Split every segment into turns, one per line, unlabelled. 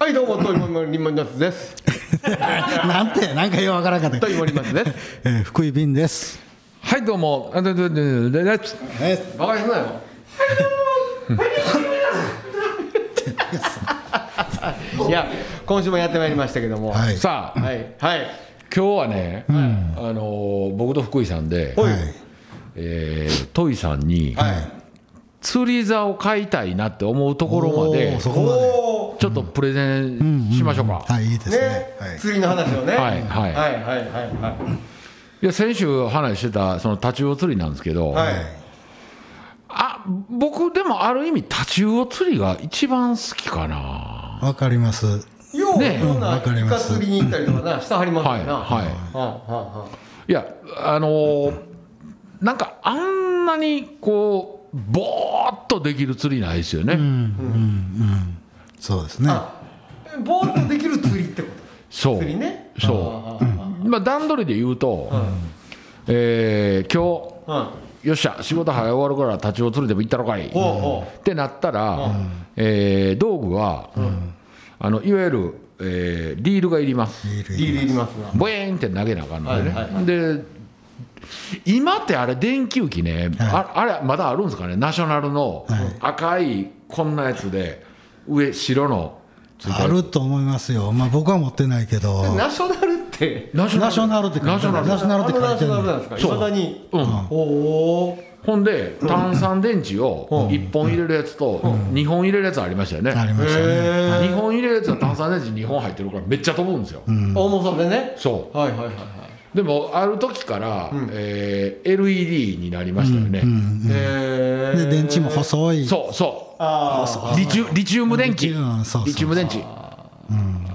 はいどうもといもりますです。
なんて、なんかようわからんかった
と。いもりますです。
えー福井便です。
はいどうもあでででででつ
え
バカにすなよ。 いや今週もやってまいりましたけども。
はい
さあ
はいはい。
今日はね、あのー僕と福井さんで、
おい。
えートイさんに、
はい。
釣り竿買いたいなって思うところまで
おーそこまで。
お
ちょっとプレゼンしましょうか、
はい、いいで
お。
すね。
ね
はい。
釣りの話をね。
は
は
いはい
いはいはいはい
や先週話してたそのタチウオ釣りなんですけど、
い。はい。
あ僕でもある意味タチウオ釣りが一番好きかな
わかります。
よう、
ねえ
そん
うん
な
わかり
イ
ま
カ
す
釣りに行ったりとかな、下張りますよ
はい
な。
はい
はい
やあのーなんかあんなにこうぼーっとできる釣りないですよね、
そうです
い
ね。
はい。あ、ボーっとできる釣りってこ
そ
と。
う
釣りね。
そう
あー。
まあ段取りで言うと、えー今
あーあーうん。
日よっしゃ仕事早終わるから立ちを釣れでも行ったろか
ほう
い、っ
ほう。
てなったら、えー道具は、あのいわゆる、えーリールがいります
ビール
リール
入
いりますな。
ボエーンって投げなあかんのでね、
はいはいはい
で今ってあれ電球機ね、ああれまだあるんですかねナショナルの赤いこんなやつで上白のついて
あると思いますよ。まあ、僕は持ってないけど。
ナショナルって。
ナ
ナショナルって書いてあ
ナショ
る。
ナル
ナショナルって書いて
あのナショナルな
あ
んで
る。
すか。い
そう
まだに。
うん
おお。
ほんで炭酸電池を1本入れるやつと2本入れるやつありましたよね、
ありましたね。
2本入れるやつは炭酸電池2本入ってるからめっちゃ飛ぶんですよ、
ー。重さでね。
そ
はいはいはいはい。
うでもある時から、えー LED になりましたよね、
へー
で、電池も細い。
そうそ
あ
うリチウリチウム電池
リチウムそうそうそう
リチウム電池
あ。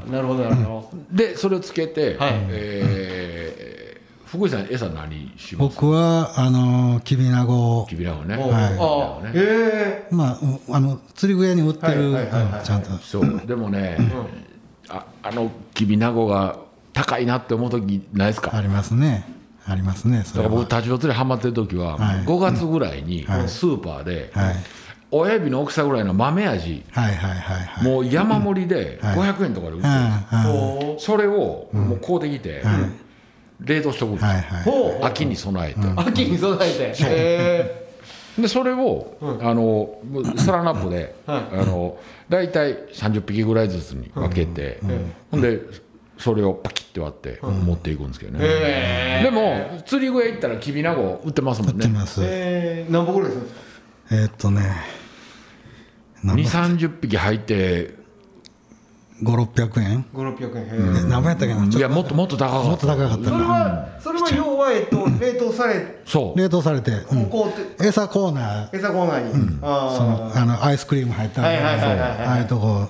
なるほどなるほ
でそれをつけて、
はい
えー福井さん餌何します
僕は、あの、きびなごを
きびだをね、
ど。お
はい
ーあー。へえ。
まあう、あの、釣り具屋に売ってる、
はいはいはいはい
うんちゃんと。
そうでもね、ああのきびなごが高いなって思う時ないですか
ありますね。ありますね。それ
だから僕
は。
立ち釣りハマってる時は
はい
5月ぐらいに
はい
スーパーで
はい。
親指の大きさぐらいの豆味
はいはいはいはい。
もう山盛りで
はい
500円とかで
うん、うん
売ってる
おー
それをもう買うてきて
はい
冷凍しとくんですよ
はいはい。
ほう。
秋に備えて
秋に備えて。へえ。
でそれを
うん
あのもうサランラップで
はい
あの大体30匹ぐらいずつに分けて
ん
ほんでそれをパキッて割って持っていくんですけどね
へえ。
でも釣り具屋行ったらきびなご売ってますも
売
ん
って
ね
ます。え
えー。何本ぐらいするんですか。
ーっとね、
2 3 0匹入って
五六百円。
五六百円。へ
え
ー
何本やったっけな。ち
い
ょ
や
っ
もっともっと高
と
か
もっ
っ
たと高かった
それ
な。
はそれは要はえっと冷凍され
そう
冷凍されて、うん
こうって
餌コーナー、
餌コーナーに。
その
あ
あのアイスクリーム入ったの
はいはいはいはいはい
ああいうとこ
あ。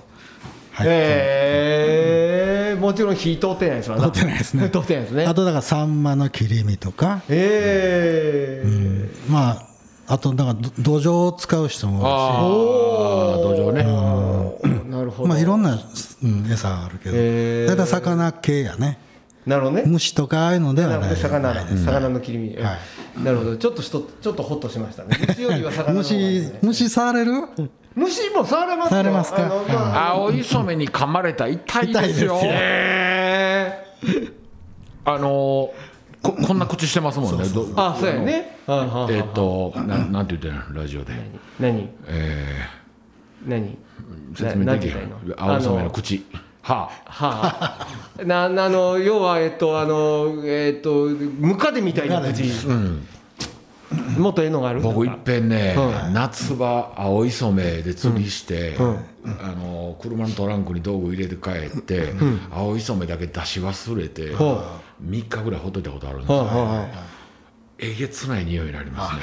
入って。
へえ。もちろん火通ってないですわな。
取ってないですね。
通ってないですね
あ。とだからサンマの切り身とか、
ええ
まああとだからど土壌を使う人も多い
ああ土壌ね
なるほ
し、
ど、
まあいろんな、うん、餌あるけど、
へー
だいたい魚系やね。
なるほどね
虫とかああいうので
な
は
るほ
な
ど
い。
魚魚の切り身、
は
なるほどちょっとしとちょっとホッとしま したね虫よりは魚の方がいいで
虫
すね
虫触れる？
虫も触れますよ
触れますか
あのまあ
青い染めに噛まれた痛いですよ
痛いですよ
えーあのーここんな口してますもんねど
あそうやねはいはいはい
えっとななんて言ってんのラジオで
何
え
何
ー説明できへ
なんんて言ったらいいの
青い染めの口はあ
はあ、なあの要はえっとあのえっとムカデみたいな口、もっとええのがある
僕い
な
っ
んか
ぺんね、
う
夏場青い染めで釣りして、
うん
あの車のトランクに道具入れて帰って、青い染めだけ出し忘れて、
ほ
3日ぐらいほっといたことあるんです
はあ
よ、
はあはあ
えげつない匂いにな りますね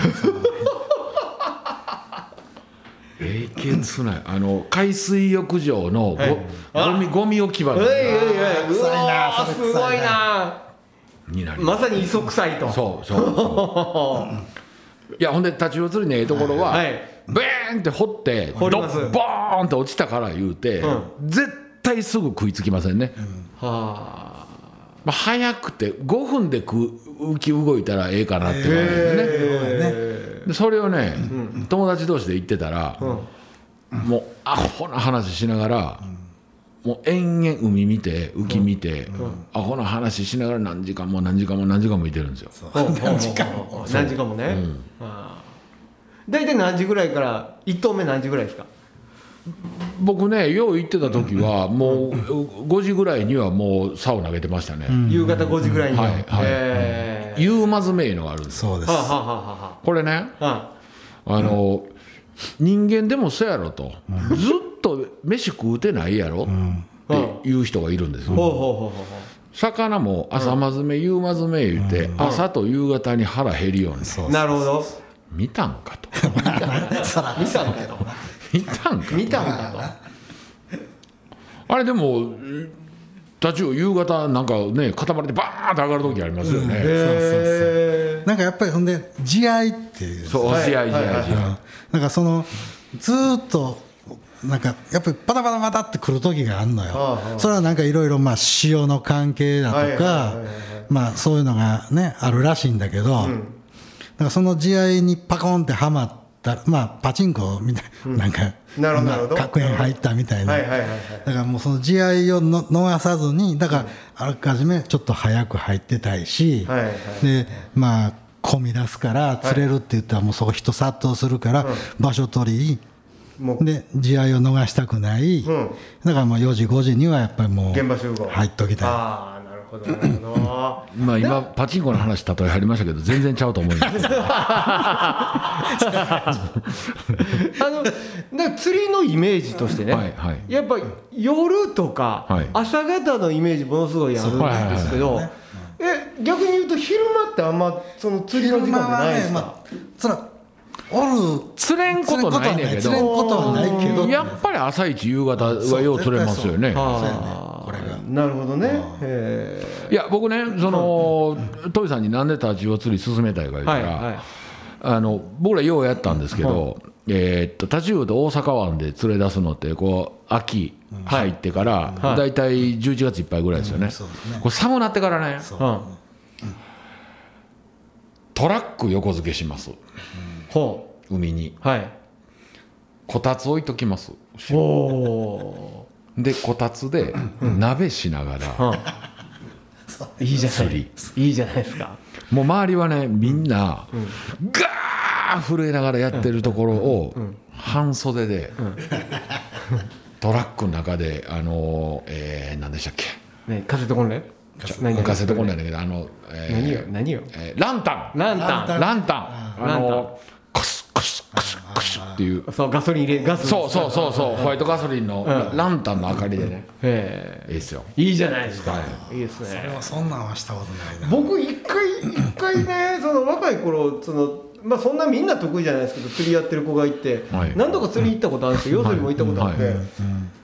えげつないあの海水浴場のご、
はいあ
ゴミゴミ置き場
ういやいやいやう
臭いな
わー
そ
す
れ
ご
臭
い
いな
な
になります
まさに磯臭いと
そうそうそう いやほんで立ち寄り釣りのええところは、
はい
ベーンって掘って
掘り
ド
ます
ッボーンって落ちたから言うて、
う
絶対すぐ食いつきませんね、
はあ
まあ、早くて5分で食う浮き動いたらええかなって感じですね、でそれをね、友達同士で行ってたら、もうアホな話しながら、もう延々海見て浮き見て、アホな話しながら何時間も何時間も何時間もいてるんですよ
何時間も何時間もね、あー大体何時ぐらいから1投目何時ぐらいですか
僕ねよう行ってた時はもう5時ぐらいにはもう竿投げてましたね、
夕方5時ぐらいに
はいはい
えー
ユーマズメイのがあるんです
そうです
はあ、はあはあは
これね
あは
あの、人間でもそうやろと、ずっと飯食うてないやろ、っていう人がいるんです
あ
よ、
ほうほうほうほうほ
魚も朝まずめ夕まずめ言うて、朝と夕方に腹減るように、
そう
うなるほど
見たんかと
さら
見たんかと
見たんか
見たんか
あれでもタチウオ夕方なんかね固まれてバーンと上がる時ありますよね、
とへ
なんかやっぱりほんで慈愛っていう
そう
はい
試合試
はい
合
はい
試合
なんかそのずーっとなんかやっぱりパタパタパタってくる時があるのよ、
ああああ
それはなんかいろいろまあ潮の関係だとか、
はいはいはいはい
まあそういうのがねあるらしいんだけど、なんかその慈愛にパコンってはまったまあパチンコみたいな,、ん、なんか
なるほどなるほど
確変入ったみたいな、
はいはいはいはい
だからもうその慈愛をの逃さずにだからあらかじめちょっと早く入ってたいし、
はいはい
でまあ混み出すから釣れるって言ったらもうそこ人殺到するから場所取り
もう
で慈愛を逃したくない、
ん
だからもう4時5時にはやっぱりもう
現場集合
入っときた
ああなるほどなるほど
まあ今パチンコの話例え入りましたけど全然ちゃうと思い ます
あのだから釣りのイメージとしてね、
はいはい
やっぱ夜とか、
はい
朝方のイメージものすごいあるんですけど、え逆に言うと昼間ってあんまその釣りの時間じゃないですか、
まあそらおる
釣れんことないねんけ
釣れん
ど
ことはないけど
やっぱり朝一夕方はよう釣れますよね
あ
あ
そうやねこれが
ーなるほどね、え
いや僕ねそのトイさんになんで太刀魚釣り進めたいか言うた
は
ら、
いは
あの僕らようやったんですけど、えーっと太刀魚と大阪湾で連れ出すのってこう秋入ってから、
はい
大体11月いっぱいぐらいですよね,、
そうですね
これ寒なってからね
い、うん、
トラック横付けします
ほ
海に
うはい
こたつ置いときます
おお
でこたつで鍋しながら
ーいいじゃな
釣
い
り
いいじゃないですか
もう周りはねみんなガーッ震えながらやってるところを半袖でトラックの中であのーえー何でしたっけ
ねカセットコンロ
ちょ浮かせてこないんだけどあのえー
何よ何よ
えーランタン
ランタン
ランタンあのコスコスコスコスっていう
そうガソリン入れガス
そうそう
う
そうそうホワイトガソリンのランタンの明かりでね
え
いいですよ
えいいじゃないですか、、
はい
いですね
でもそんなんはしたことないな
僕一回一回ねその若い頃そのまあそんなみんな得意じゃないですけど釣りやってる子がいて、
はい
何度か釣り行ったことあるんですよ、
はい
夜釣りも行ったことあって、
はい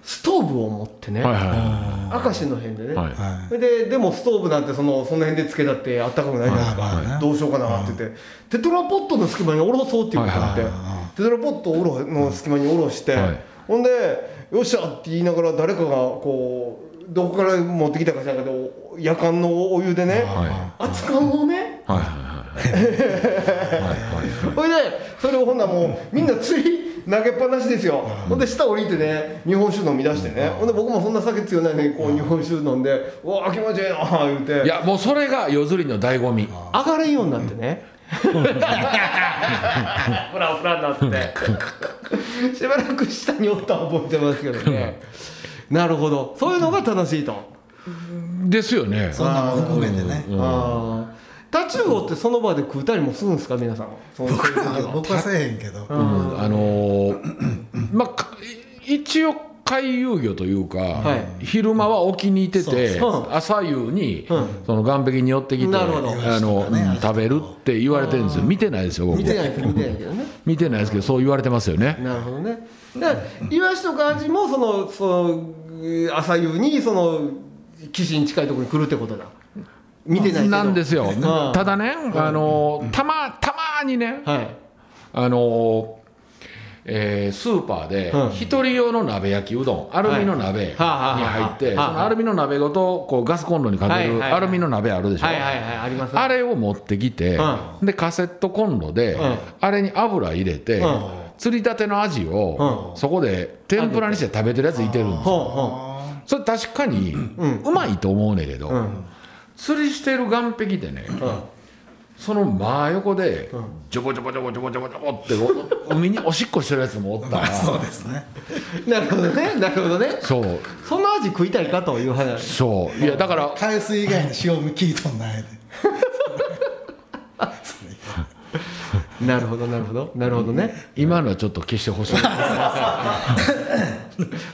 ストーブを持ってね、
はいは
明石の辺でね、
いはいはい
は
ででもストーブなんてそのその辺でつけたってあったかくないじゃないですか、
はいはい
どうしようかなって言って、テトラポットの隙間に下ろそうっていうことになって、
はい
テトラポットをおろの隙間に下ろして、
はい
ほんで「よっしゃ」って言いながら誰かがこうどこから持ってきたか知らんけど夜間のお湯でね、
はい
熱燗をね
はいはいはいはいはいはい
ほいでそれをほんならもうみんなつい投げっぱなしですよ、ほんで下降りてね日本酒飲み出してね、ほんで僕もそんな酒強ないのにこう日本酒飲んで「うわ気持ちいいな」言うて
いやもうそれが夜釣りの醍醐味
上がれんようになってね。フラフラになって しばらく下におったの覚えてますけどねなるほどそういうのが楽しいと、
ですよね
いそんなんも含めてね
ああタチウオってその場で食うたりもするんですか皆さんその
僕らは僕はせえへんけど
うんあ のーまあか一応回遊魚というか、
はい
昼間は沖にいてて
そうそう
朝夕に
うん
その岸壁に寄ってきて、
なるほど
あのうん食べるって言われてるんですよ見てないですよ僕
見てないけど見てないけどね
見てないですけどそう言われてますよね
なるほどね。だからイワシとかアジもそのそのえー朝夕にその岸に近いところに来るってことだ。見てないけど。
なんですよ
ああ
ただね、あのーたまたまにね、
はい。
あのーえースーパーで
うん
一人用の鍋焼きうどんアルミの鍋に
はあはあはあ
入ってそ
はあ
のアルミの鍋ごとこうガスコンロにかけ
はいは
る
いはい
アルミの鍋あるでしょ
はいはいはいありますね。
あれを持ってきて、
う
でカセットコンロで、
うん
あれに油入れて、
うん
釣りたてのアジを、そこで天ぷらにして食べてるやついてるんです
ほう
よ
ほ
それ確かにうまいと思うねんけど、釣りしてる岸壁でね、その真横でジョボジョボジョボジョボジョボジョボってお 海におしっこしてるやつもおったら、
そうですね
なるほどねなるほどね
そう
その味食いたいかという話
そういやだから
海水以外に塩むきいとんないで
なるほどなるほどなるほどね
今のはちょっと消してほしい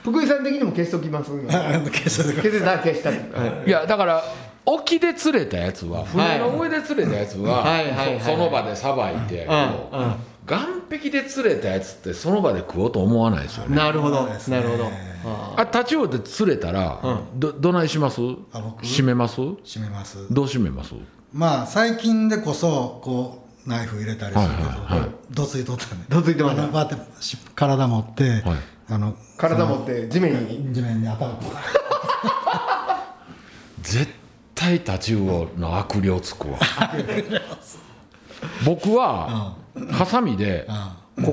福井さん的にも消しときます今
ああの決勝で
消せた消したはい
やだから沖で釣れたやつは船の上で釣れたやつは
はいはいはい
そその場でさばいてやけど、
うんうん
岸壁で釣れたやつってその場で食おうと思わないですよね
なるほど、
そうです
な
ね
るほどあ
あタチウオで釣れたら、どどないします
あ僕
締めます
締めます
どう締めます
まあ最近でこそこうナイフ入れたりするけど、
はいはいはい
どついとったね
どついてました
あのバーってし体持って、
はい
あの
ー体持って地面
そ
に
の地面に頭こう
絶対タチウオの悪霊つくわ僕はハサミでこ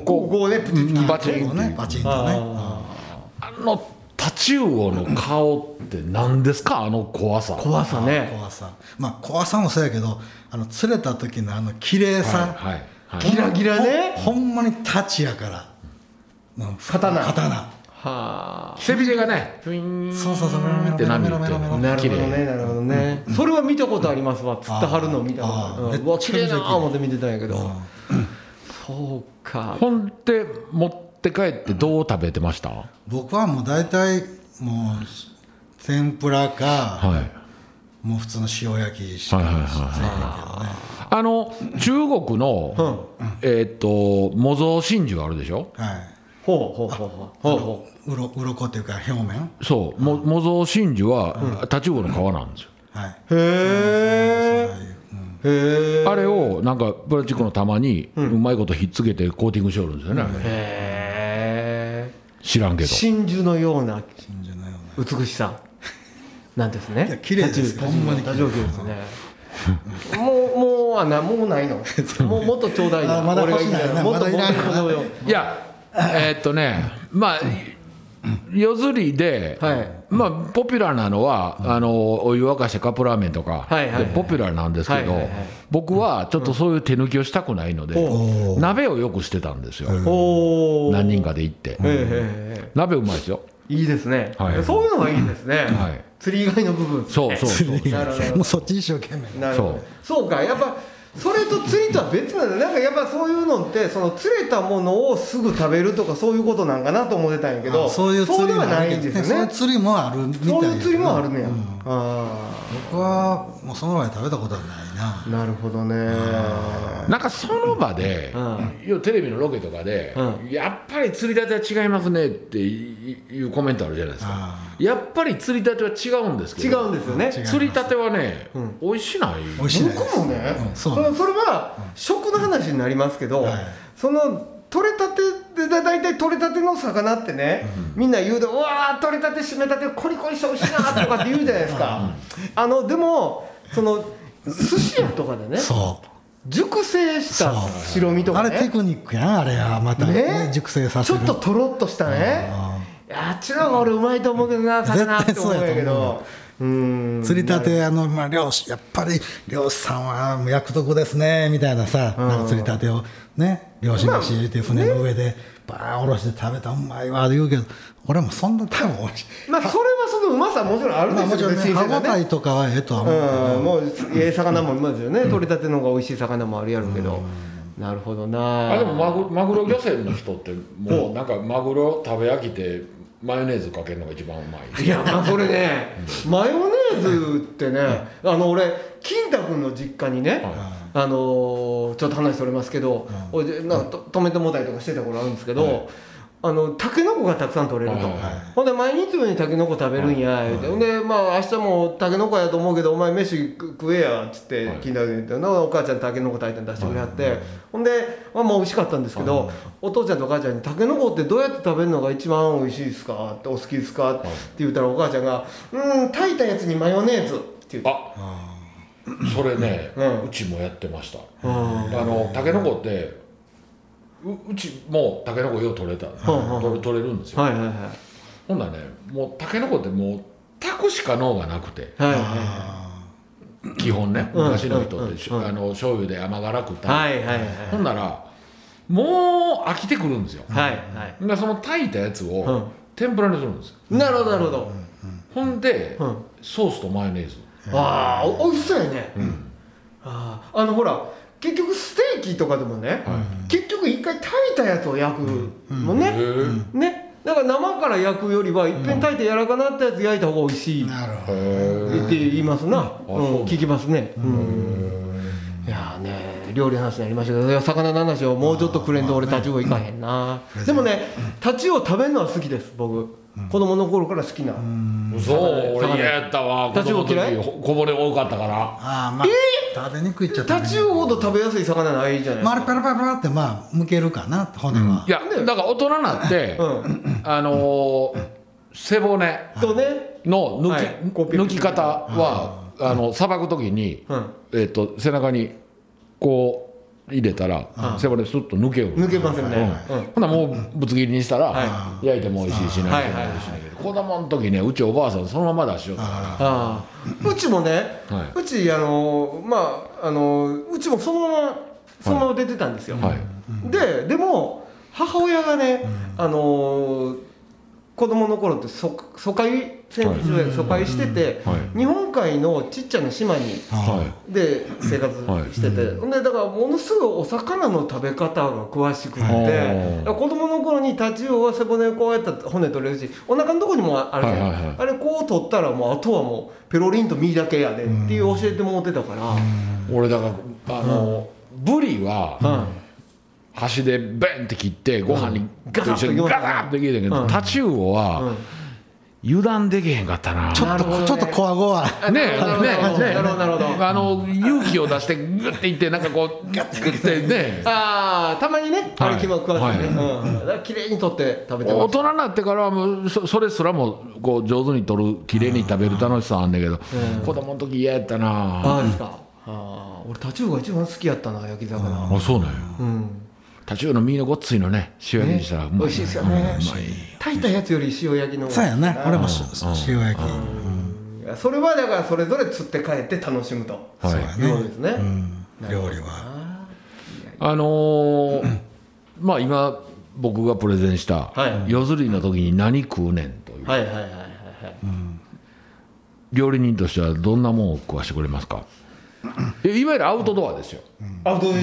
こ
こ
こをねプチ
うんバチン
こうねバチンとね
あ
あのタチウオの顔って何ですかあの怖さ
ー怖さね
怖さまあ怖さもそうやけどあの釣れた時のあの綺麗さ、
はいはいはい
ギラギラね
ほんほんまに太刀やからうん
刀
刀
はあ
背びれがねフィーン
そうそうそうメロメロ
って
メ
波打
ロ
っ
メロメロ
なる
メロ
て綺
ほどね
麗
なるほどねそれは見たことありますわ釣ってはるの見たことあ
あ
る
ー
うんうわ綺麗な
めっちゃくちゃ綺麗
ー思って見てたんやけどそうか
ほんで持って帰ってどう食べてましたは
僕はもう大体もう天ぷらか、
いはい
もう普通の塩焼きし
はい
か
はいあの中国のえーっと模造真珠あるでしょ
はい
ほうほうほうほうほうほ
うろ鱗っていうか表面
そう、も模造真珠は太刀魚の皮なんですよ。
はいう
へ
そういううん
えへ
あれをなんかプラスチックの玉にうまいことひっつけてコーティングしよるんですよね、あれ
えへ
知らんけ
え
ど
真珠のような
真珠のよう
美しさなんですね
いや綺麗ですよ
タチウオ
ほんまに
タチウオですねもうもうあなもうない のもうもっとちょうだいな
あまだ
俺が
欲しいな
言いたいのもっ
ま
と
だいらん
もっともっと
いやえーっとねまあ夜釣りで、
はい
まあポピュラーなのは、あのお湯沸かしてカップラーメンとか、
はいはいはい
でポピュラーなんですけど、
はいはいはい
僕はちょっとそういう手抜きをしたくないので、
お
鍋をよくしてたんですよ、
おお
何人
か
かで行って、
へえへ
鍋うまいですよ
えいいですね、
はい
そういうのがいいですね、
はい
釣り以外の部分です
そう
ね
そうそう
なるほ
な
ど
もうそっち一生懸命
なるほどそうかやっぱそれと釣りとは別なんだなんかやっぱそういうのってその釣れたものをすぐ食べるとかそういうことなんかなと思ってたんやけど
あそういう釣り
で
も
は
あ
な
る
い
け
ん
ど
ですよね
そういう釣りもあるみたい
そう
や
いう釣りもあるねや、
うん
あ
僕はもうその前食べたことはないな
あなるほどね
なんかその場で、
う
要はテレビのロケとかで、
う
やっぱり釣りたては違いますねっていうコメントあるじゃないですか、
あ
やっぱり釣りたては違うんですけ
違
ど、
うんですよね
違う
釣りたてはね、
うん
美味しない、
美味しいね
僕もね、
うん
そ
そう
れそれは食の話になりますけど、
はい
その取れたてでだ大体取れたての魚ってね、みんな言うで「うわー取れたて締めたてコリコリして美味しいな」とかって言うじゃないですかあのでもその寿司屋とかでね
そ
熟成した
そう
白身と
うあ
か
れ
ね
テクニックやんあれやまた
ね
ね熟成さ
ち
せ
ょ
る
っととろっとしたねいやあっちの方が俺うまいと思うけどな魚って思うんやけ
絶対そうやと
ど
思
うん
釣りたてあの、まあ、漁師やっぱり漁師さんはもう役得ですねみたいなさ、なんか釣りたてをね漁師飯入れて船の上でバーンおろして食べたうまいわって言うけど俺もそんな多分美味しい、
まあそれはそのうまさはもちろんあるん
まあ、
で
も
す
ち
よ
ろんね
新
歯
鮮な
応えとかはええとは思うけど、
うん、もうええ魚もいますよね、取れたての方が美味しい魚もあるやろうけど、なるほどな
あでもマグマグロ漁船の人ってもうなんかマグロ食べ飽きてマヨネーズかけるのが一番うまい
いやまあこれねマヨネーズってねあの俺金太君の実家にね、あのーちょっと話それますけど、おいでなんかと止めてもうたりとかしてた頃あるんですけど、あのタケノコがたくさん取れると、
はいはい
ほんで毎日のようにタケノコ食べるんや、言うてほんでまあ明日もタケノコやと思うけどお前飯食食えやっつって
はい
金太君に言って、なお母ちゃんタケノコ炊いて出してくれはって、ほんで、まあ、もう美味しかったんですけど、お父ちゃんとお母ちゃんに「タケノコってどうやって食べるのが一番美味しいですか?」って「お好きですか?」って言ったらお母ちゃんが「うん炊いたやつにマヨネーズ」って言って
あそれね、
う
うんちもやってました、
うん
あのタケノコってううちもタケノコよう取れた、
んうん
取れ取れるんですよ、
はいはいはい
ほんならねもうタケノコってもう炊くしか能がなくて
はい
あ
基本ね
うん
昔の人ってし
うんうん
あの醤油で甘辛く炊いて、
はいはいはい
ほんならもう飽きてくるんですよ、
はいはい
でその炊いたやつを、
うん
天ぷらにするんですよ
なるほどなるほど
ほんで、
うん
ソースとマヨネーズ
ああおいしそうやねあーあのほら結局ステーキとかでもね結局一回炊いたやつを焼くもんね
へー
ねだから生から焼くよりはいっぺん炊いて柔らかなったやつ焼いた方がおいしいっ
あなるほ
へ
ど
ー
て言いますな、
うん
う、
あそうんなん
聞きますね、うん、いやーね料理の話になりましたけど魚の話をもうちょっとくれんと俺タチウオいかへんなでもねタチウオ食べるのは好きです僕子供の頃から好きな、
そ
魚
う俺嫌やったわ
タチウオ
子供の時
嫌い
こぼれ多かったから
ああまあ食べにくいっちゃ
タチウオほど食べやすい魚ないじゃない
まあ、あれパラパラパラってまあ向けるかな骨は、
いやだから大人になって、
うん
あのー背骨
とね
の抜き,、
はい
抜き方はあのさばく時に、
うん
えっと背中にこう入れたら、背骨スッと抜けよ
抜けますよね、うん
ほなもうぶつ切りにしたら、
は
焼いても美味しいし
は
ないいても
はい
美味しいんだけど、子供の時ねうちおばあさんそのまま出しようったか
ああうちもね、
は
うちあのまああのうちもそのままそのまま出てたんですよ、
ら、はい
ででも母親がね、あの子供の頃って疎疎開戦時中で疎開してて、
はい
日本海のちっちゃな島に
はい
で生活してて、ほんでだからものすごいお魚の食べ方が詳しくて、
はい
子供の頃にタチウオは背骨こうやったら骨取れるしお腹のとこにもあるじゃん、
はいはいはい
あれこう取ったらもうあとはもうペロリンと身だけやでっていう教えてもらってたから、
俺だからあの、ブリは、
うん
箸でベンって切ってご飯に
うん
と一緒に
ガ
ガ
サッと
サッと切れたけど、
うん
タチウオは、
うん
油断できへんかったな
ちょっと、
なるほどね
ちょっとこわごわ
ねえ
なるほど
ねえねえ
なるほどなるほど
あの勇気を出してグッていってなんかこうグッ てね
ああたまにねあれ気も食わせてね、
は
うん、だから綺麗に取って食べてま
大
した
人になってからはもうそそれすらもこう上手に取る綺麗に食べる楽しさあんねんけど子供の時嫌やったな
ああですか、ああ俺タチウオが一番好きやったな焼き魚
あそうね
うん
タチウオの身のごっついのね塩焼きにしたらう
美
まい
味しいですよね
うまい
炊いたやつより塩焼きの方が
そうやね俺もし
うん
塩焼き
それはだからそれぞれ釣って帰って楽しむと
はい
いうことですね、
うん料理は
あの ーまあ今僕がプレゼンした
はい
夜釣りの時に何食うねんという
はいはいはいはいはい
料理人としてはどんなもんを食わしてくれま すかえいわゆるアウトドアですよ
あとで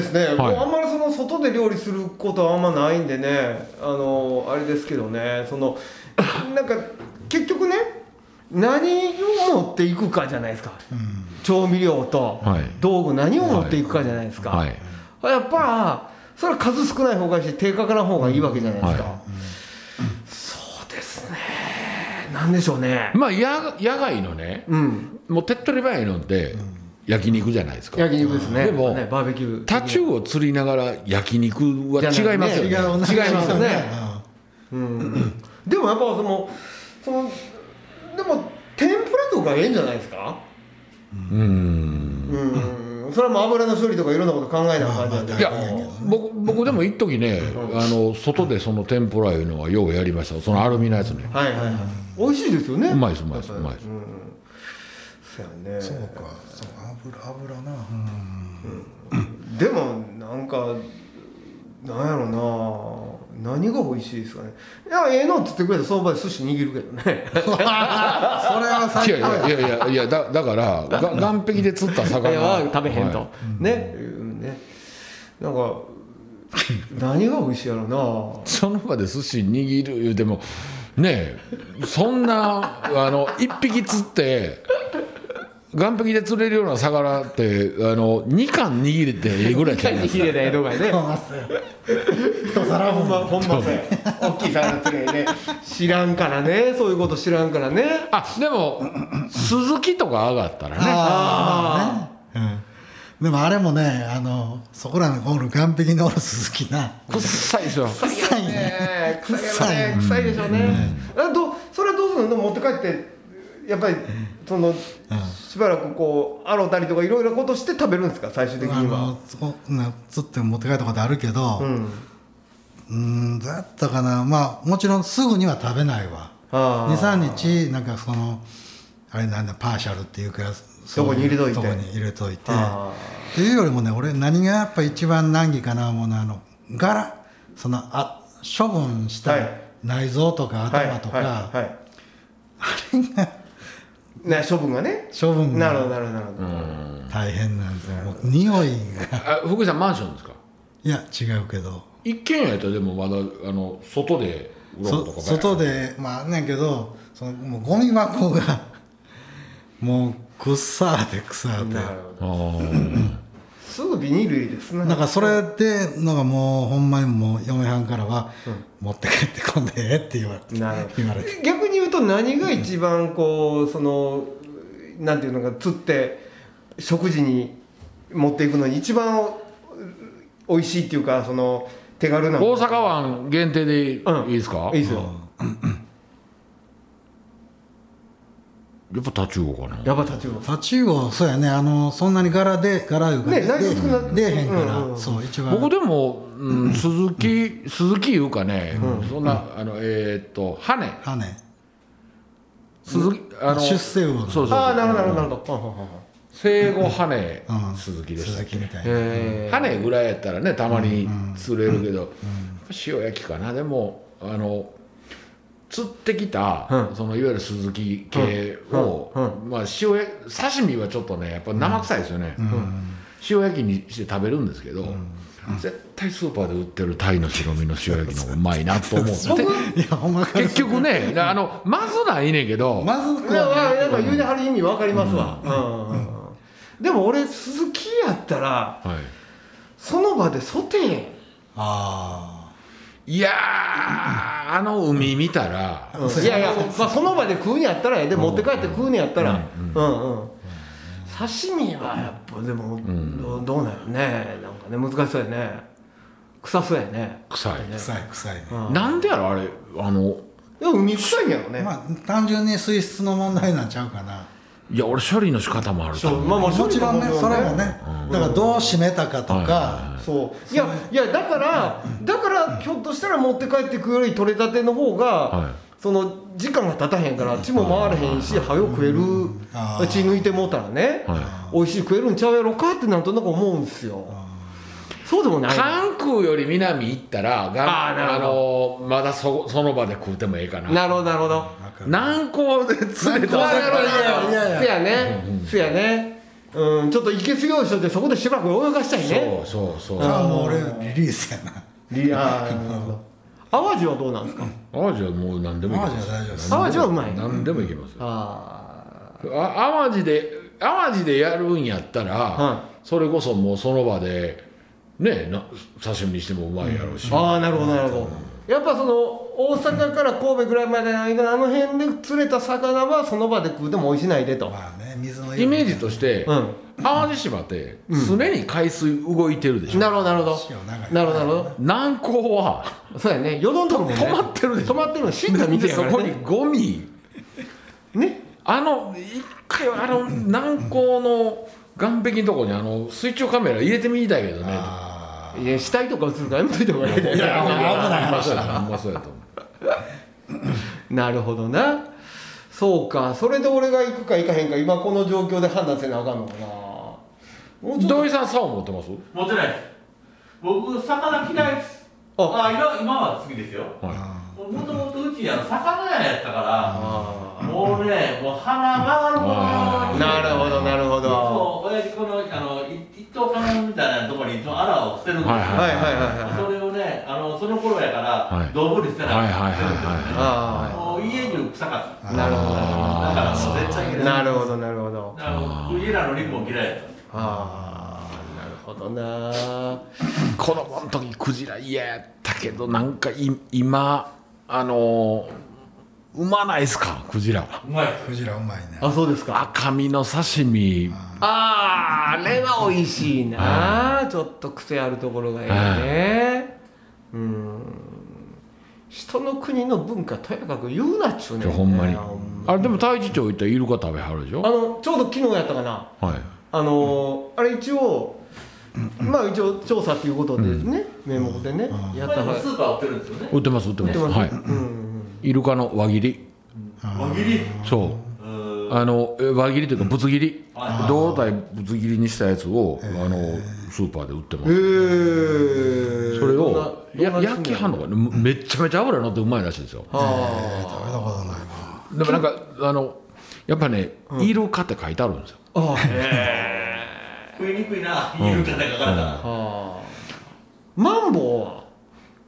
すね、もうあんまりその外で料理することはあんまないんでねあのあれですけどねそのなんか結局ね何を持っていくかじゃないですか、調味料と
はい
道具何を持っていくかじゃないですか、
はい
やっぱそれは数少ない方がいいし低価格な方がいいわけじゃないですか、
は
そうですねなんでしょうね
まあ野野外のね
うん
もう手っ取り早いのって焼肉じゃないですか
焼肉ですね
でも
ねバーベキュー
タチウオ釣りながら焼肉は違いますよ
じ
ね
ゃないね違う
よ
違いますうんでもやっぱそのそのでも天ぷらとかええんじゃないですか
うん
うんそれはもう油の処理とかいろんなこと考えなあかんじゃないで
い
す
や
か
僕僕でも一時ねあの外でその天ぷらいうのはようやりましたそのアルミのやつね
はいはいはい美味しいですよね
うまいですうまいですうまいです
うんそうやね
そうかそう油油なうん
でもなんかなんやろな何が美味しいですかねいやええのっつってくれたらその場で寿司握るけど ね
それは最
い
高
やいやいやいやいやだだからが岸壁で釣った魚
は食べへんと、
は
ね,、うん、ねなんか何が美味しいやろない
その場で寿司握る言うてもねえそんなあの一匹釣って岸壁で釣れるような魚ってあの2貫握れてええぐらいじゃないですか
綺麗な江戸川ね
一 皿
ほん
分
まほんまそうや 大きい皿釣れね知らんからねそういうこと知らんからね
あでも鈴木とか上がったらね
ああねうんでもあれもねあのそこらのゴール岸壁のおる鈴木な
くっさいですよ
臭いね
ね臭いよね臭いでしょうね、あどうそれはどうするのでも持って帰ってやっぱりその、しばらくこう洗ったりとかいろいろことして食べるんですか最終的
あ
には
のそこな釣って持って帰ったことあるけど
うん
うんだったかなまあもちろんすぐには食べないわ
あー
23日なんかそのあれなんだパーシャルっていうか
そこに入れといて
そこに入れといて
あ
っていうよりもね俺何がやっぱ一番難儀かな思うのはあの柄そのあ処分し
は
た
い
内臓とか頭と
はいはい
か
はいね処分がね
処分
なるほど
が
なるほどなるほど、
大変なんですよもう匂いが
あ福井さんマンションですか
いや違うけど
一軒家やったらでもまだあの外でうろ
そ
ことか
外でまああんねんけどそのもうゴミ箱がもうくっさーてくさーて
なるほど
あー
すぐビニール入れですね
なんかそれでのがもうほんまにもう嫁はんからは「持って帰ってこんでええ」って言われて
なるほ
言われて
ど逆に言うと何が一番こうそのなんていうのか釣って食事に持っていくのに一番美味しいっていうかその手軽な
大阪湾限定でいい
うん
ですか、
いいで
や
すよ
っぱタチウオかな
ヤバタチウオ
タチウオそうやねあのそんなに柄で柄いうか
ね
で
内容少な
出えへんから、
うんうんうん
そう一番
僕でも、 うん、鈴木鈴木いうかね、そんなあのえーっと羽
羽ね
鈴木あの
出世魚の
そうそうそう
ああなるほどなるほどなるほどはんはんはんはん
生後羽、
うん
鈴木でした
鈴
っけ
木みたいな
へー
羽ぐらいやったらねたまに釣れるけど、やっぱ塩焼きかなでもあの釣ってきた、
うん
そのいわゆる鈴木系を、
うん
まあ、塩焼き刺身はちょっとねやっぱ生臭いですよね、
うん
塩焼きにして食べるんですけど、絶対スーパーで売ってる鯛の白身の塩焼きの方がうまいなと思うで
いやほんまか
結局ねあのまずないねんけど、
まずく
いや
は
まあ
ね
なんか言うてはる意味わかりますわうんうんうんでも俺鈴木やったら
は
その場でソテー
あ
い、いやーあの海見たら、
いやいや、まあ、その場で食うんやったらやで持って帰って食うんやったらうんうん、刺身はやっぱでも、どうどうなんやろねなんかね難しそうやね臭そうやね
臭い、
あ臭い臭いね、
なんでやろあれあの
でも海臭いんやろね、まあ
まあ単純に水質の問題なんちゃうかない
や俺処理の仕方もあると
そう
思う
まあまあ
もちろんね
処理方
それ
法
もねだからどう締めたかと
はいは
か
そういやいやだからだからひょっとしたら持って帰ってくより取れたての方が、
はい
その時間が経たへんから血も回らへんし早く食える
あー
血抜いてもうたらね、
は
美味しい食えるんちゃうやろかってなんとなく思うんすよそうでもない
関空より南行ったらが
あーなる
あのまだそその場で食うてもええかな
なるほどなるほど
なんか
南港で釣れた
あなるほど
いやいや
せやねせやねうんちょっといけすようにしといてそこでしばらく泳がしたいね
そうそ
そ
うそう
れ
あ
はもう俺リリースやな
リアーなるほど淡路はどうなんですか
じゃあもう何でもいけます
淡路は大丈夫です
淡路はうまい
何でもいけます
あ
あ淡路で淡路でやるんやったら、
は
それこそもうその場でねな刺身にしてもうまいやろうし、
ーあーなるほどなるほどやっぱその大阪から神戸ぐらいまでの間あの辺で釣れた魚はその場で食うても美味しないでと
まあね水の
イメージとして、
うん
淡路島って常に海水動いてるでしょ、
なるほどなるほど
潮長い
なるほどなるほど
南港は
そうやねよどんとるもんね
止まってるでしょ
止まってるの死んだ見てや
そ
から
こ
ね
にゴミ
ね
あの一回あの南港の岸壁のとこにあの水中カメラ入れてみたいけどね
あ
いや死体とか映るからやめといた方がいいね
ーいや危ない
まあ
話
そう
だ
や
な
と思うまあそうやと思う
なるほどなそうかそれで俺が行くか行かへんか今この状況で判断せなあかんのかなもうちょっ
土井さん竿持ってます
持てないです僕魚嫌いです
あ
あ今今は好きですよ
は
もともとうちあの魚屋やったか
あ
らもうねもう鼻回るも
あ
あ
の
なるほどなるほどは
そう親父このあのい一等缶みたいなところにそのアラを捨てるんですよ、
はい
いはいはいはい
それをねあのその頃やから、
はい
道具に捨て
い
な
はいはい
い
はい
あ
は
もう家中臭かった
あなるほど
だからもう絶対嫌い
なるほどなるほど
だから僕家らの肉も嫌いやった
ああなるほどない
子供の時クジラ嫌やったけどなんかい今あの産まないっすかクジラは
うまい
クジラうまいね
あそうですか
赤身の刺身
あああれは美味しいなちょっと癖あるところがいいねうん人の国の文化とやかく言うなっちゅうね
いやほんまに
ほんま
あれでも太地町行ったらイルカ食べはるでしょ
あのちょうど昨日やったかな、
はい
あのーあれ一応、まあ一応調査ということでね、名目でね、やった
今
は
スーパー売ってるんですよね
売ってます売ってま
売って
す
ます
はい
うん
イルカの輪切り
輪切り
そう
ーん
うあのえ輪切りというかぶつ切り
あ
胴体ぶつ切りにしたやつをあのスーパーで売ってま
え
す
ー、
それ
どんな
を
どん
や
な
焼きはんのかなめめっちゃめちゃ油乗ってうまいらしいんですよ
あ
食べたことないわ
でもなんかあのやっぱね「イルカ」って書いてあるんですよ
ーあー
食いにくいな言う方がからな
あーマンボウは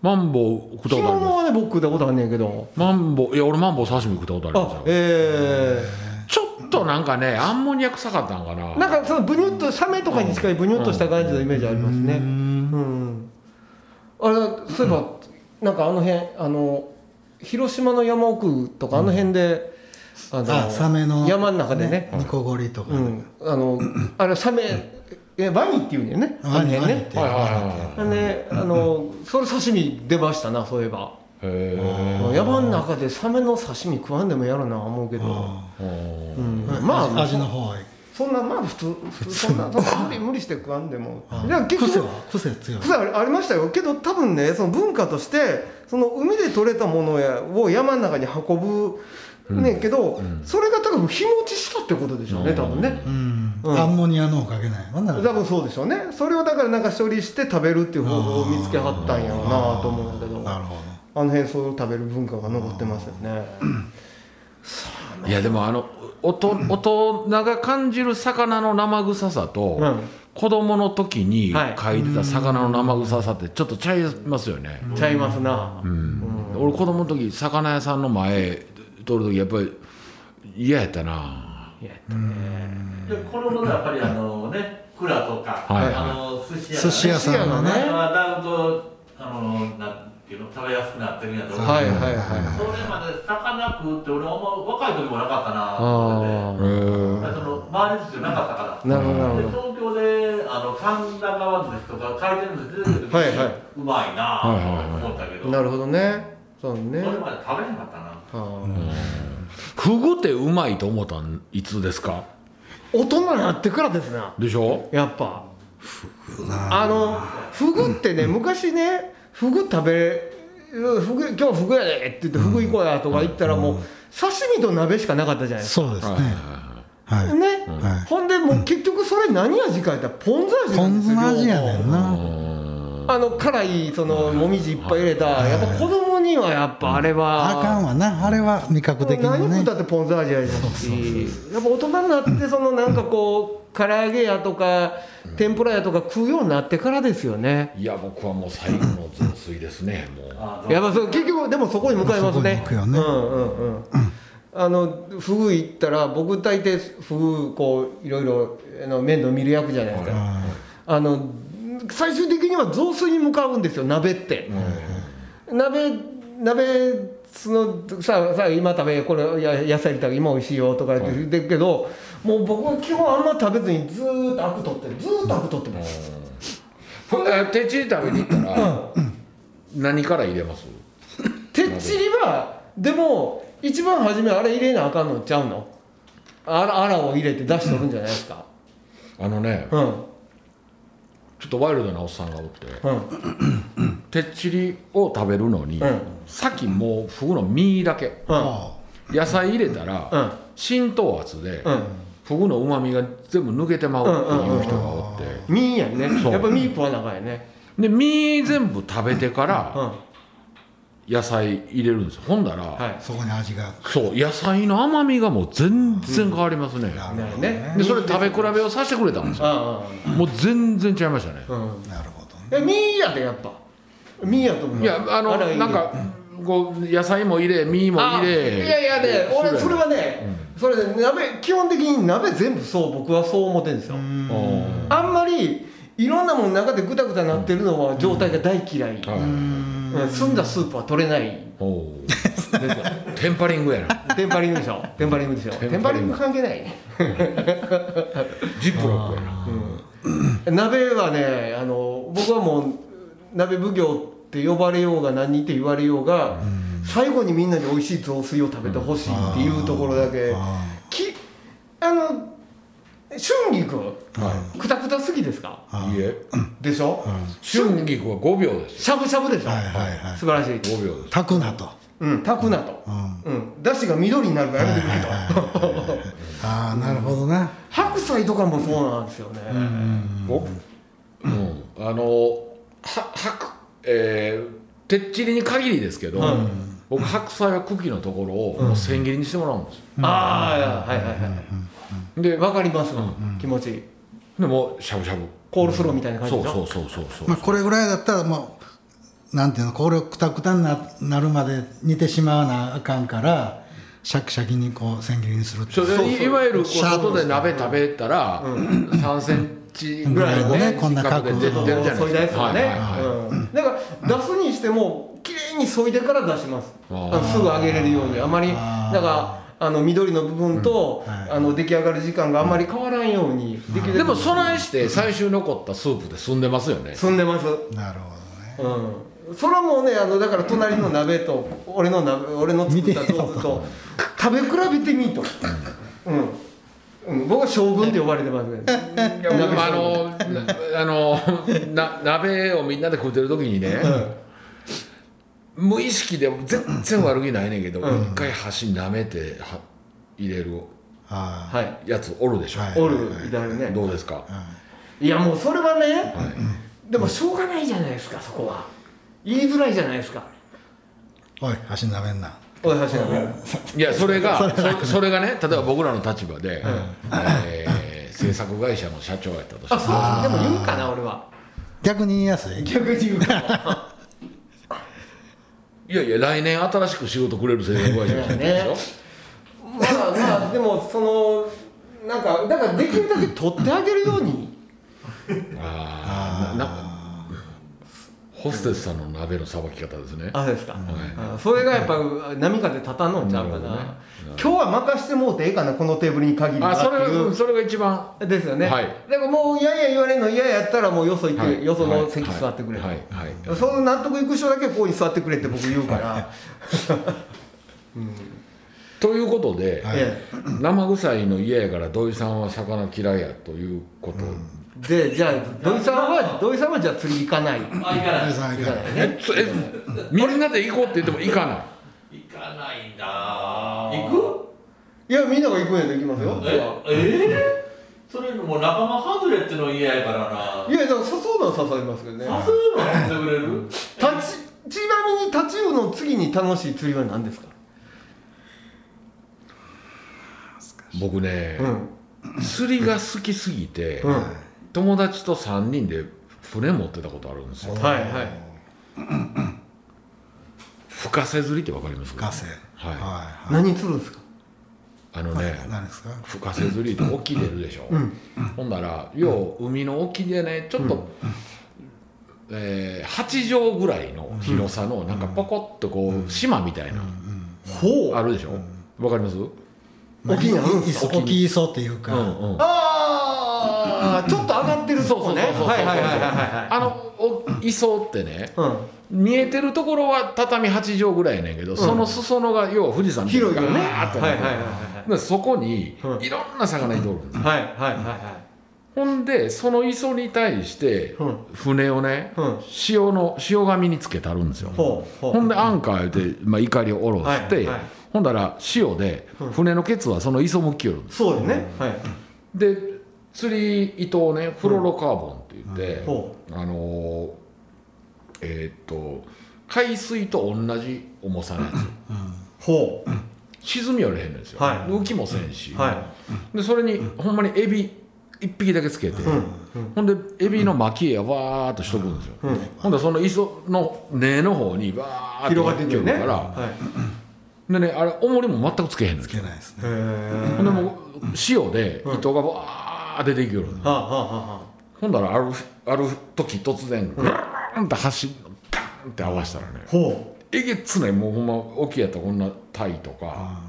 マンボウ食った
着
ことあり
物
ます
はね僕食ったことあんねんけど
マンボウいや俺マンボウ刺身食ったことあります
あ
よ
え
ちょっとなんかねアンモニア臭かったんかな
ー、なんかそのブニュッとサメとかに近いブニュッとした感じのイメージありますね
うーん
うんあれそういえば、なんかあの辺あの広島の山奥とかあの辺で、あの
あサメの
山の中でね
ニコゴリとか
う
ね
ん、あのあれサメ、えワニっていうんだよねあの
ワニ
辺
ワニっ
ね
ていう
はいはいはいはい
あねあのそれ刺身出ましたなそういえば
へえ
山の中でサメの刺身食わんでもやるな思うけど、
あ
うん
ー
ま
味
あ
味の方へ
そんなまあ普通普通そんなそんな無理無理して食わんで もいや結
癖
局
は癖強い
癖ありありましたよけど多分ねその文化としてその海で取れたものやを山の中に運ぶねんけど、それが多分日持ちしたってことでしょうね、
うん
多分ね、
うん
うん
アンモニアのおかげなんやろな
多分そうでしょうねそれをだからなんか処理して食べるっていう方法を見つけはったんやろうなと思うんだけど
なるほど
あの辺そういう食べる文化が残ってますよね
いやでもあのおと大人が感じる魚の生臭さと、
うん
子供の時に
はい
嗅いでた魚の生臭さってちょっとちゃいますよね、
ちゃいますな、
うん俺子供の時魚屋さんの前通る時やっぱり嫌やったない
やったね
でこの頃やっぱりあのね蔵とか
はいはい
あの寿司屋
寿司屋
寿司
さ
屋
ん
の
の
ね
ね
まあだんとあのなんていうの食べやすくなってるんやと思う
はいはいはいは
それまで魚食うって俺はあんま若い時もなかったなと
あ
思っ
あ
てその周りの人なかったから
なるほどなるほ
で
ど
東京であの神田川寿司とか回転寿司出てくる時
はいはいう
まいなぁと思ったけど、
なるほどねそうね
それまで食べへんかったな
は
フグってうまいと思ったんいつです
あ
か
大人になってからですな
でしょ
やっぱあのフグってね昔ねフグ食べるフグ今日フグやでって言ってフグ行こうやとか言ったらもう刺身と鍋しかなかったじゃないです
そうです
はい
ね
はいは
はい
かね
はい
ほんでもう結局それ何味か言ったらポン酢味なんですよ
ポン酢の味やねんない
うん
あの辛いそのもみじいっぱい入れたやっぱ子供にはやっぱあれ
あかん
は
わなあれは味覚的
何
に
食
ね
ったってポン酢味ありますしやっぱ大人になってそのなんかこう唐揚げやとか天ぷらやとか食うようになってからですよね
いや僕はもう最後の雑炊ですねもう
あ
やっぱそう結局でもそこに向かいますね。
そこに行くよね
うんうんうん。あのフグ行ったら僕大抵フグこういろいろあの面倒見る役じゃないですか。
あ
あの最終的には雑炊に向かうんですよ鍋って。鍋鍋そのさあさあ今食べこれや野菜食べたら今美味しいよとか言って言ってるけど、もう僕は基本あんま食べずにずーっとアク取ってるずーっとアク取ってます。
ほんで手ちり食べに行ったら何から入れます
てっちりはでも一番初めあれ入れなあかんのちゃうのあらあらを入れて出しとるんじゃないですか
あのね
うん
ちょっとワイルドなおっさんがおって
うん
てっちりを食べるのに、
うん
さっきもうフグの身だけ
うん
あ
野菜入れたら、
うん
浸透圧で、
うん
フグのうまみが全部抜けてまうっていう人がおって、
身やんね
そう
やっぱ身食わなあかんやね
で身全部食べてか
うん
ら野菜入れるんですよほんだら、
は
そこに味が
そう野菜の甘みがもう全然変わりますね、
な
なるほ
るほ
ど
ど
ね
ね
でそれ食べ比べをさせてくれたんですよ
あ
もう全然違いましたね、
あうん
なるほどね
え身やでやっぱ身やと思う
いやあの
ら入れ
なんかこう野菜も入れ身も
あ
入
い
れ
やいやで俺それ
は
はねそれで鍋基本的に鍋全部そう僕はそう思ってるんですよ
うん
あんまりいろんなものの中でぐたぐたなってるのは状態が大嫌い、
はい
うん澄んだスープは取れない
おおテンパリングやな
テンパリングでし ょテンパリングでしょ
テンパリング
テンパリング関係 ないね
ジップロックやな
鍋はねあの僕はもう鍋奉行って呼ばれようが何って言われようが最後にみんなに美味しい雑炊を食べてほしいっていうところだけ
あ
きあの春菊
は
くたくたすぎですか
あ
いいいえ
でしょ
うん
春菊は5秒です
しゃぶしゃぶでしょ
はいはいはい
素晴らしい
5秒です
炊くなと
うん、炊くなと、うん、だしが緑になるからやめてくれと、
ああなるほどな、
白菜とかもそうなんですよね、
うん、あのは白えー、てっちりに限りですけど、僕白菜は茎のところをもう千切りにしてもらうんですよ、
ああはいはいはいはい
で
わかりますわ、気持ちいい
でもうしゃぶしゃぶ
コールスローみたいな感じ
そ
で
う
しょ
そうそうそうそう、
まあ、これぐらいだったらもうなんていうのこれをくたくたにななるまで煮てしまわなあかんからシャキシャキにこう千切りにするって
そ
いう
れ
そうそう
いわゆるこう
シャープ
外で鍋食べたら、3センチぐらいの
ぐら
ね
いのねこんな角度
で
そう
出るじゃな
削
い
いだ
で
や
す
つ
か
はね、
はいはいはい
うん、だから出すにしても綺麗に削いでから出します
あー
あのすぐ揚げれるようにあまりだ
あー
からあの緑の部分と、
うんはい
あの出来上がる時間があまり変わらんようにできる
でも備えして最終残ったスープで済んでますよね、
積んでます
なるほどね
うんそれはもうねあのだから隣の鍋と俺の鍋俺の作った豆腐と食べ比べてみいと、うんうん、僕は将軍って呼ばれてますね
いや僕もあのなあのな鍋をみんなで食ってる時にね、無意識で全然悪気ないねんけど、
うん
一回箸舐めては入れる
ああ、
はい
やつおるでしょ、
はい
おるみたいなね
どうですか、
いやもうそれはね、
はい
でもしょうがないじゃないですかそこは言いづらいじゃないですか
おい足なめんな
おい橋野
いやそれがそそれがね例えば僕らの立場で、えー制作会社の社長やったとして
あそうでも言うかな俺は
逆に言いやすい
逆に言うか
いやいや来年新しく仕事くれる制作会社の社長でしょ、
もまあまあでもそのなんかだからできるだけ取ってあげるように
ああななんかホステスさんの鍋のさばき方ですね
あそうですか、あそれがやっぱ波風立たんのんちゃうかな
なるほどね
今日は任してもうていいかなこのテーブルに限りは
あそ
っ
れ
ていう
がそれが一番
ですよね、
はい
だからもういやいや言われるの嫌やったらもうよそ行って、
はい
よその席座ってくれ、
はいはいはい
その納得いく人だけここに座ってくれって僕言うから、
ということで、
はい
ええ
生臭いの嫌やから土井さんは魚嫌いやということ、
でじゃあ土井さんは土井さんはじゃあ釣り行かない行
あ、行かない。
さん
かないね
えそえみんなで行こうって言っても行かない
行かないんだ。行
いやみんなが行くんやで行きますよ
く。え、えー。それもう仲間外れっての嫌やからな。
いやだから誘うのは誘いますけどね
誘うのやってくれる。
立ちちなみにタチウオの次に楽しい釣りは何ですか
僕ね、
うん
釣りが好きすぎて、
うん
友達と3人で船持ってたことあるんですよ
はいはい
深瀬釣りってわかります
ガセ
はい
は
何釣るんですか
あの
いはい
ね
何ですか
深瀬釣りって沖出るでしょ、
ん
ほんなら要海の沖でねちょっと、えー8畳ぐらいの広さのなんかポコッとこう島みたいな、
ほ
あるでしょわ、かります、うん
まあ
沖にあるんす
いい沖に磯っていうか、
うん、
ああちょっと上がってるとこね
そうそうそうそう
はいはいはいはいはい
あのお磯ってね
うん
見えてるところは畳8畳ぐらいやねんけど、その裾野が要は富士山みたいな
広いよね
ガーッ
はい
と
は
ないってる
はい
でそこに
うん
いろんな魚いておるんです、
はいはいはいは
ほんでその磯に対して
うん
船をね、
うん
潮の潮紙につけてあるんですよ、
いほうほう
ほんでアンカーで、まあ、怒りを下ろして、
はいはい
ほんだら潮で船のケツはその磯向きよるんです
そうよねはい
で釣り糸をねフロロカーボンって言って、
ほ
あのーえーっと海水と同じ重さ のや
うほう
つ沈みよれへんのですよ、
はい
浮きもせんし、
は
でそれにほんまにエビ一匹だけつけて、
いうんうん
ほんでエビの巻き絵わーっとしとくんですよ、
うん
ほんでその磯の根の方にわーっと
広がっていくよね
行ってるから
はい
でねあれ重りも全くつけへんの
つけないですね
へ
ほん
え
でもう塩で糸がわー出ていくよ、う
はあはあはあ
ほんだらあるある時突然グラーンって走りガーンって合わせたらね
ほう
えげつないもうほんま大きいやったらこんなタイとか、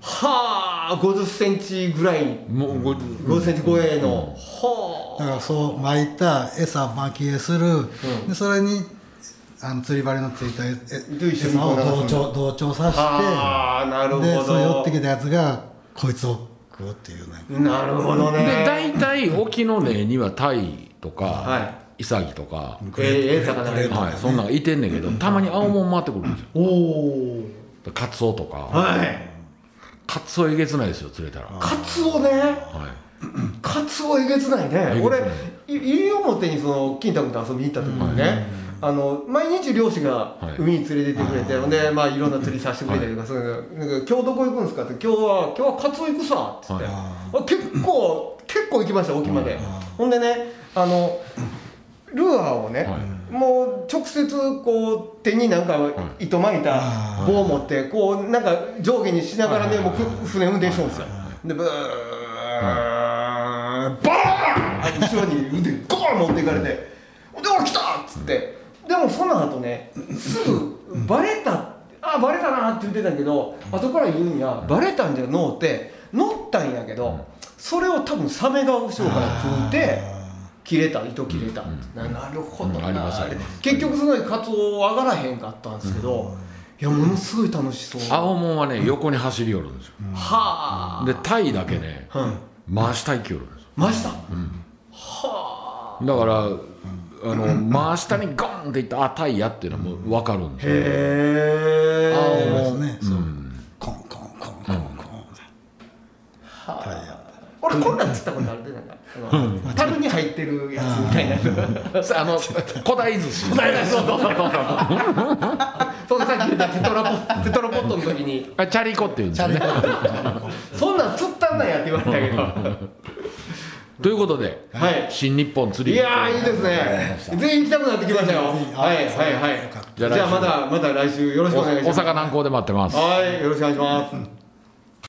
はあ50センチぐらい
もうご
5センチ超えの、は
だからそう巻いた餌巻き餌する、でそれにあの釣り針のついたえ
と一緒に
餌を同調同調さ
あああなる
せ
ほ
てでその寄
ど
ってきたやつがこいつを食うっていうね
なるほどね
で大体沖の根にはタイとか、
は
イサギとか、
ええええ魚がいる
はい、そんなんがいてんねんけど、たまに青もん回ってくるんですよ、
おお
カツオとか
はい
カツオえげつないですよ釣れたら、は
カツオね
い、
カツオえげつないね
えげつない
俺い西表にその金太君と遊びに行った時にね、あの毎日漁師が
はい
海に連れて行ってくれて、ほんでまあいろんな釣りさせてくれたりとか、そういうのなんか今日どこ行くんですかって今日は今日はカツオ行くさっつって、
はい
あ結構結構行きました沖まで、ほんでねあのルアーをね、
は
もう直接こう手になんか糸巻いた棒を持ってこうなんか上下にしながらねもうく船運転してるんですよでブーバーン後ろに腕ゴーン持っていかれて「でお来た!」っつってでもその後ねすぐバレたあバレたなって言ってたけど後から言うんやバレたんじゃのうて乗ったんやけどそれを多分サメが後ろから食うて。切れた糸切れた、ななるほどな、
うんありますあります
結局その時カツオ上がらへんかったんですけど、いやものすごい楽しそうは
青もんはね横に走り寄るんですよ、
あ
でタイだけね
うん
回したいき寄るんですよ
マジだ、
だから、あの真下にゴンっていった「あタイや」っていうのはもう分かるんですよ
へ
あり
え
ますねそうコンコンコンコンコンタイヤ
俺こんなん釣ったことあるでなんかあの樽に入ってるやつみたいな
さあの古代寿司
そんなさっき言ったテトラポテトラポットの時に
あチャリコっていうんですよね
そんなん釣ったんなんやって言われたけど
ということで、
はい
新日本釣
い
り
やーいいですね全員行きたくなってきましたよ
ぜひぜひ
はいはいは
よかっ
い
た
じゃあまだまだ来週よろしくお願いし
大
ます
阪南港で待ってます
はいよろしくお願いします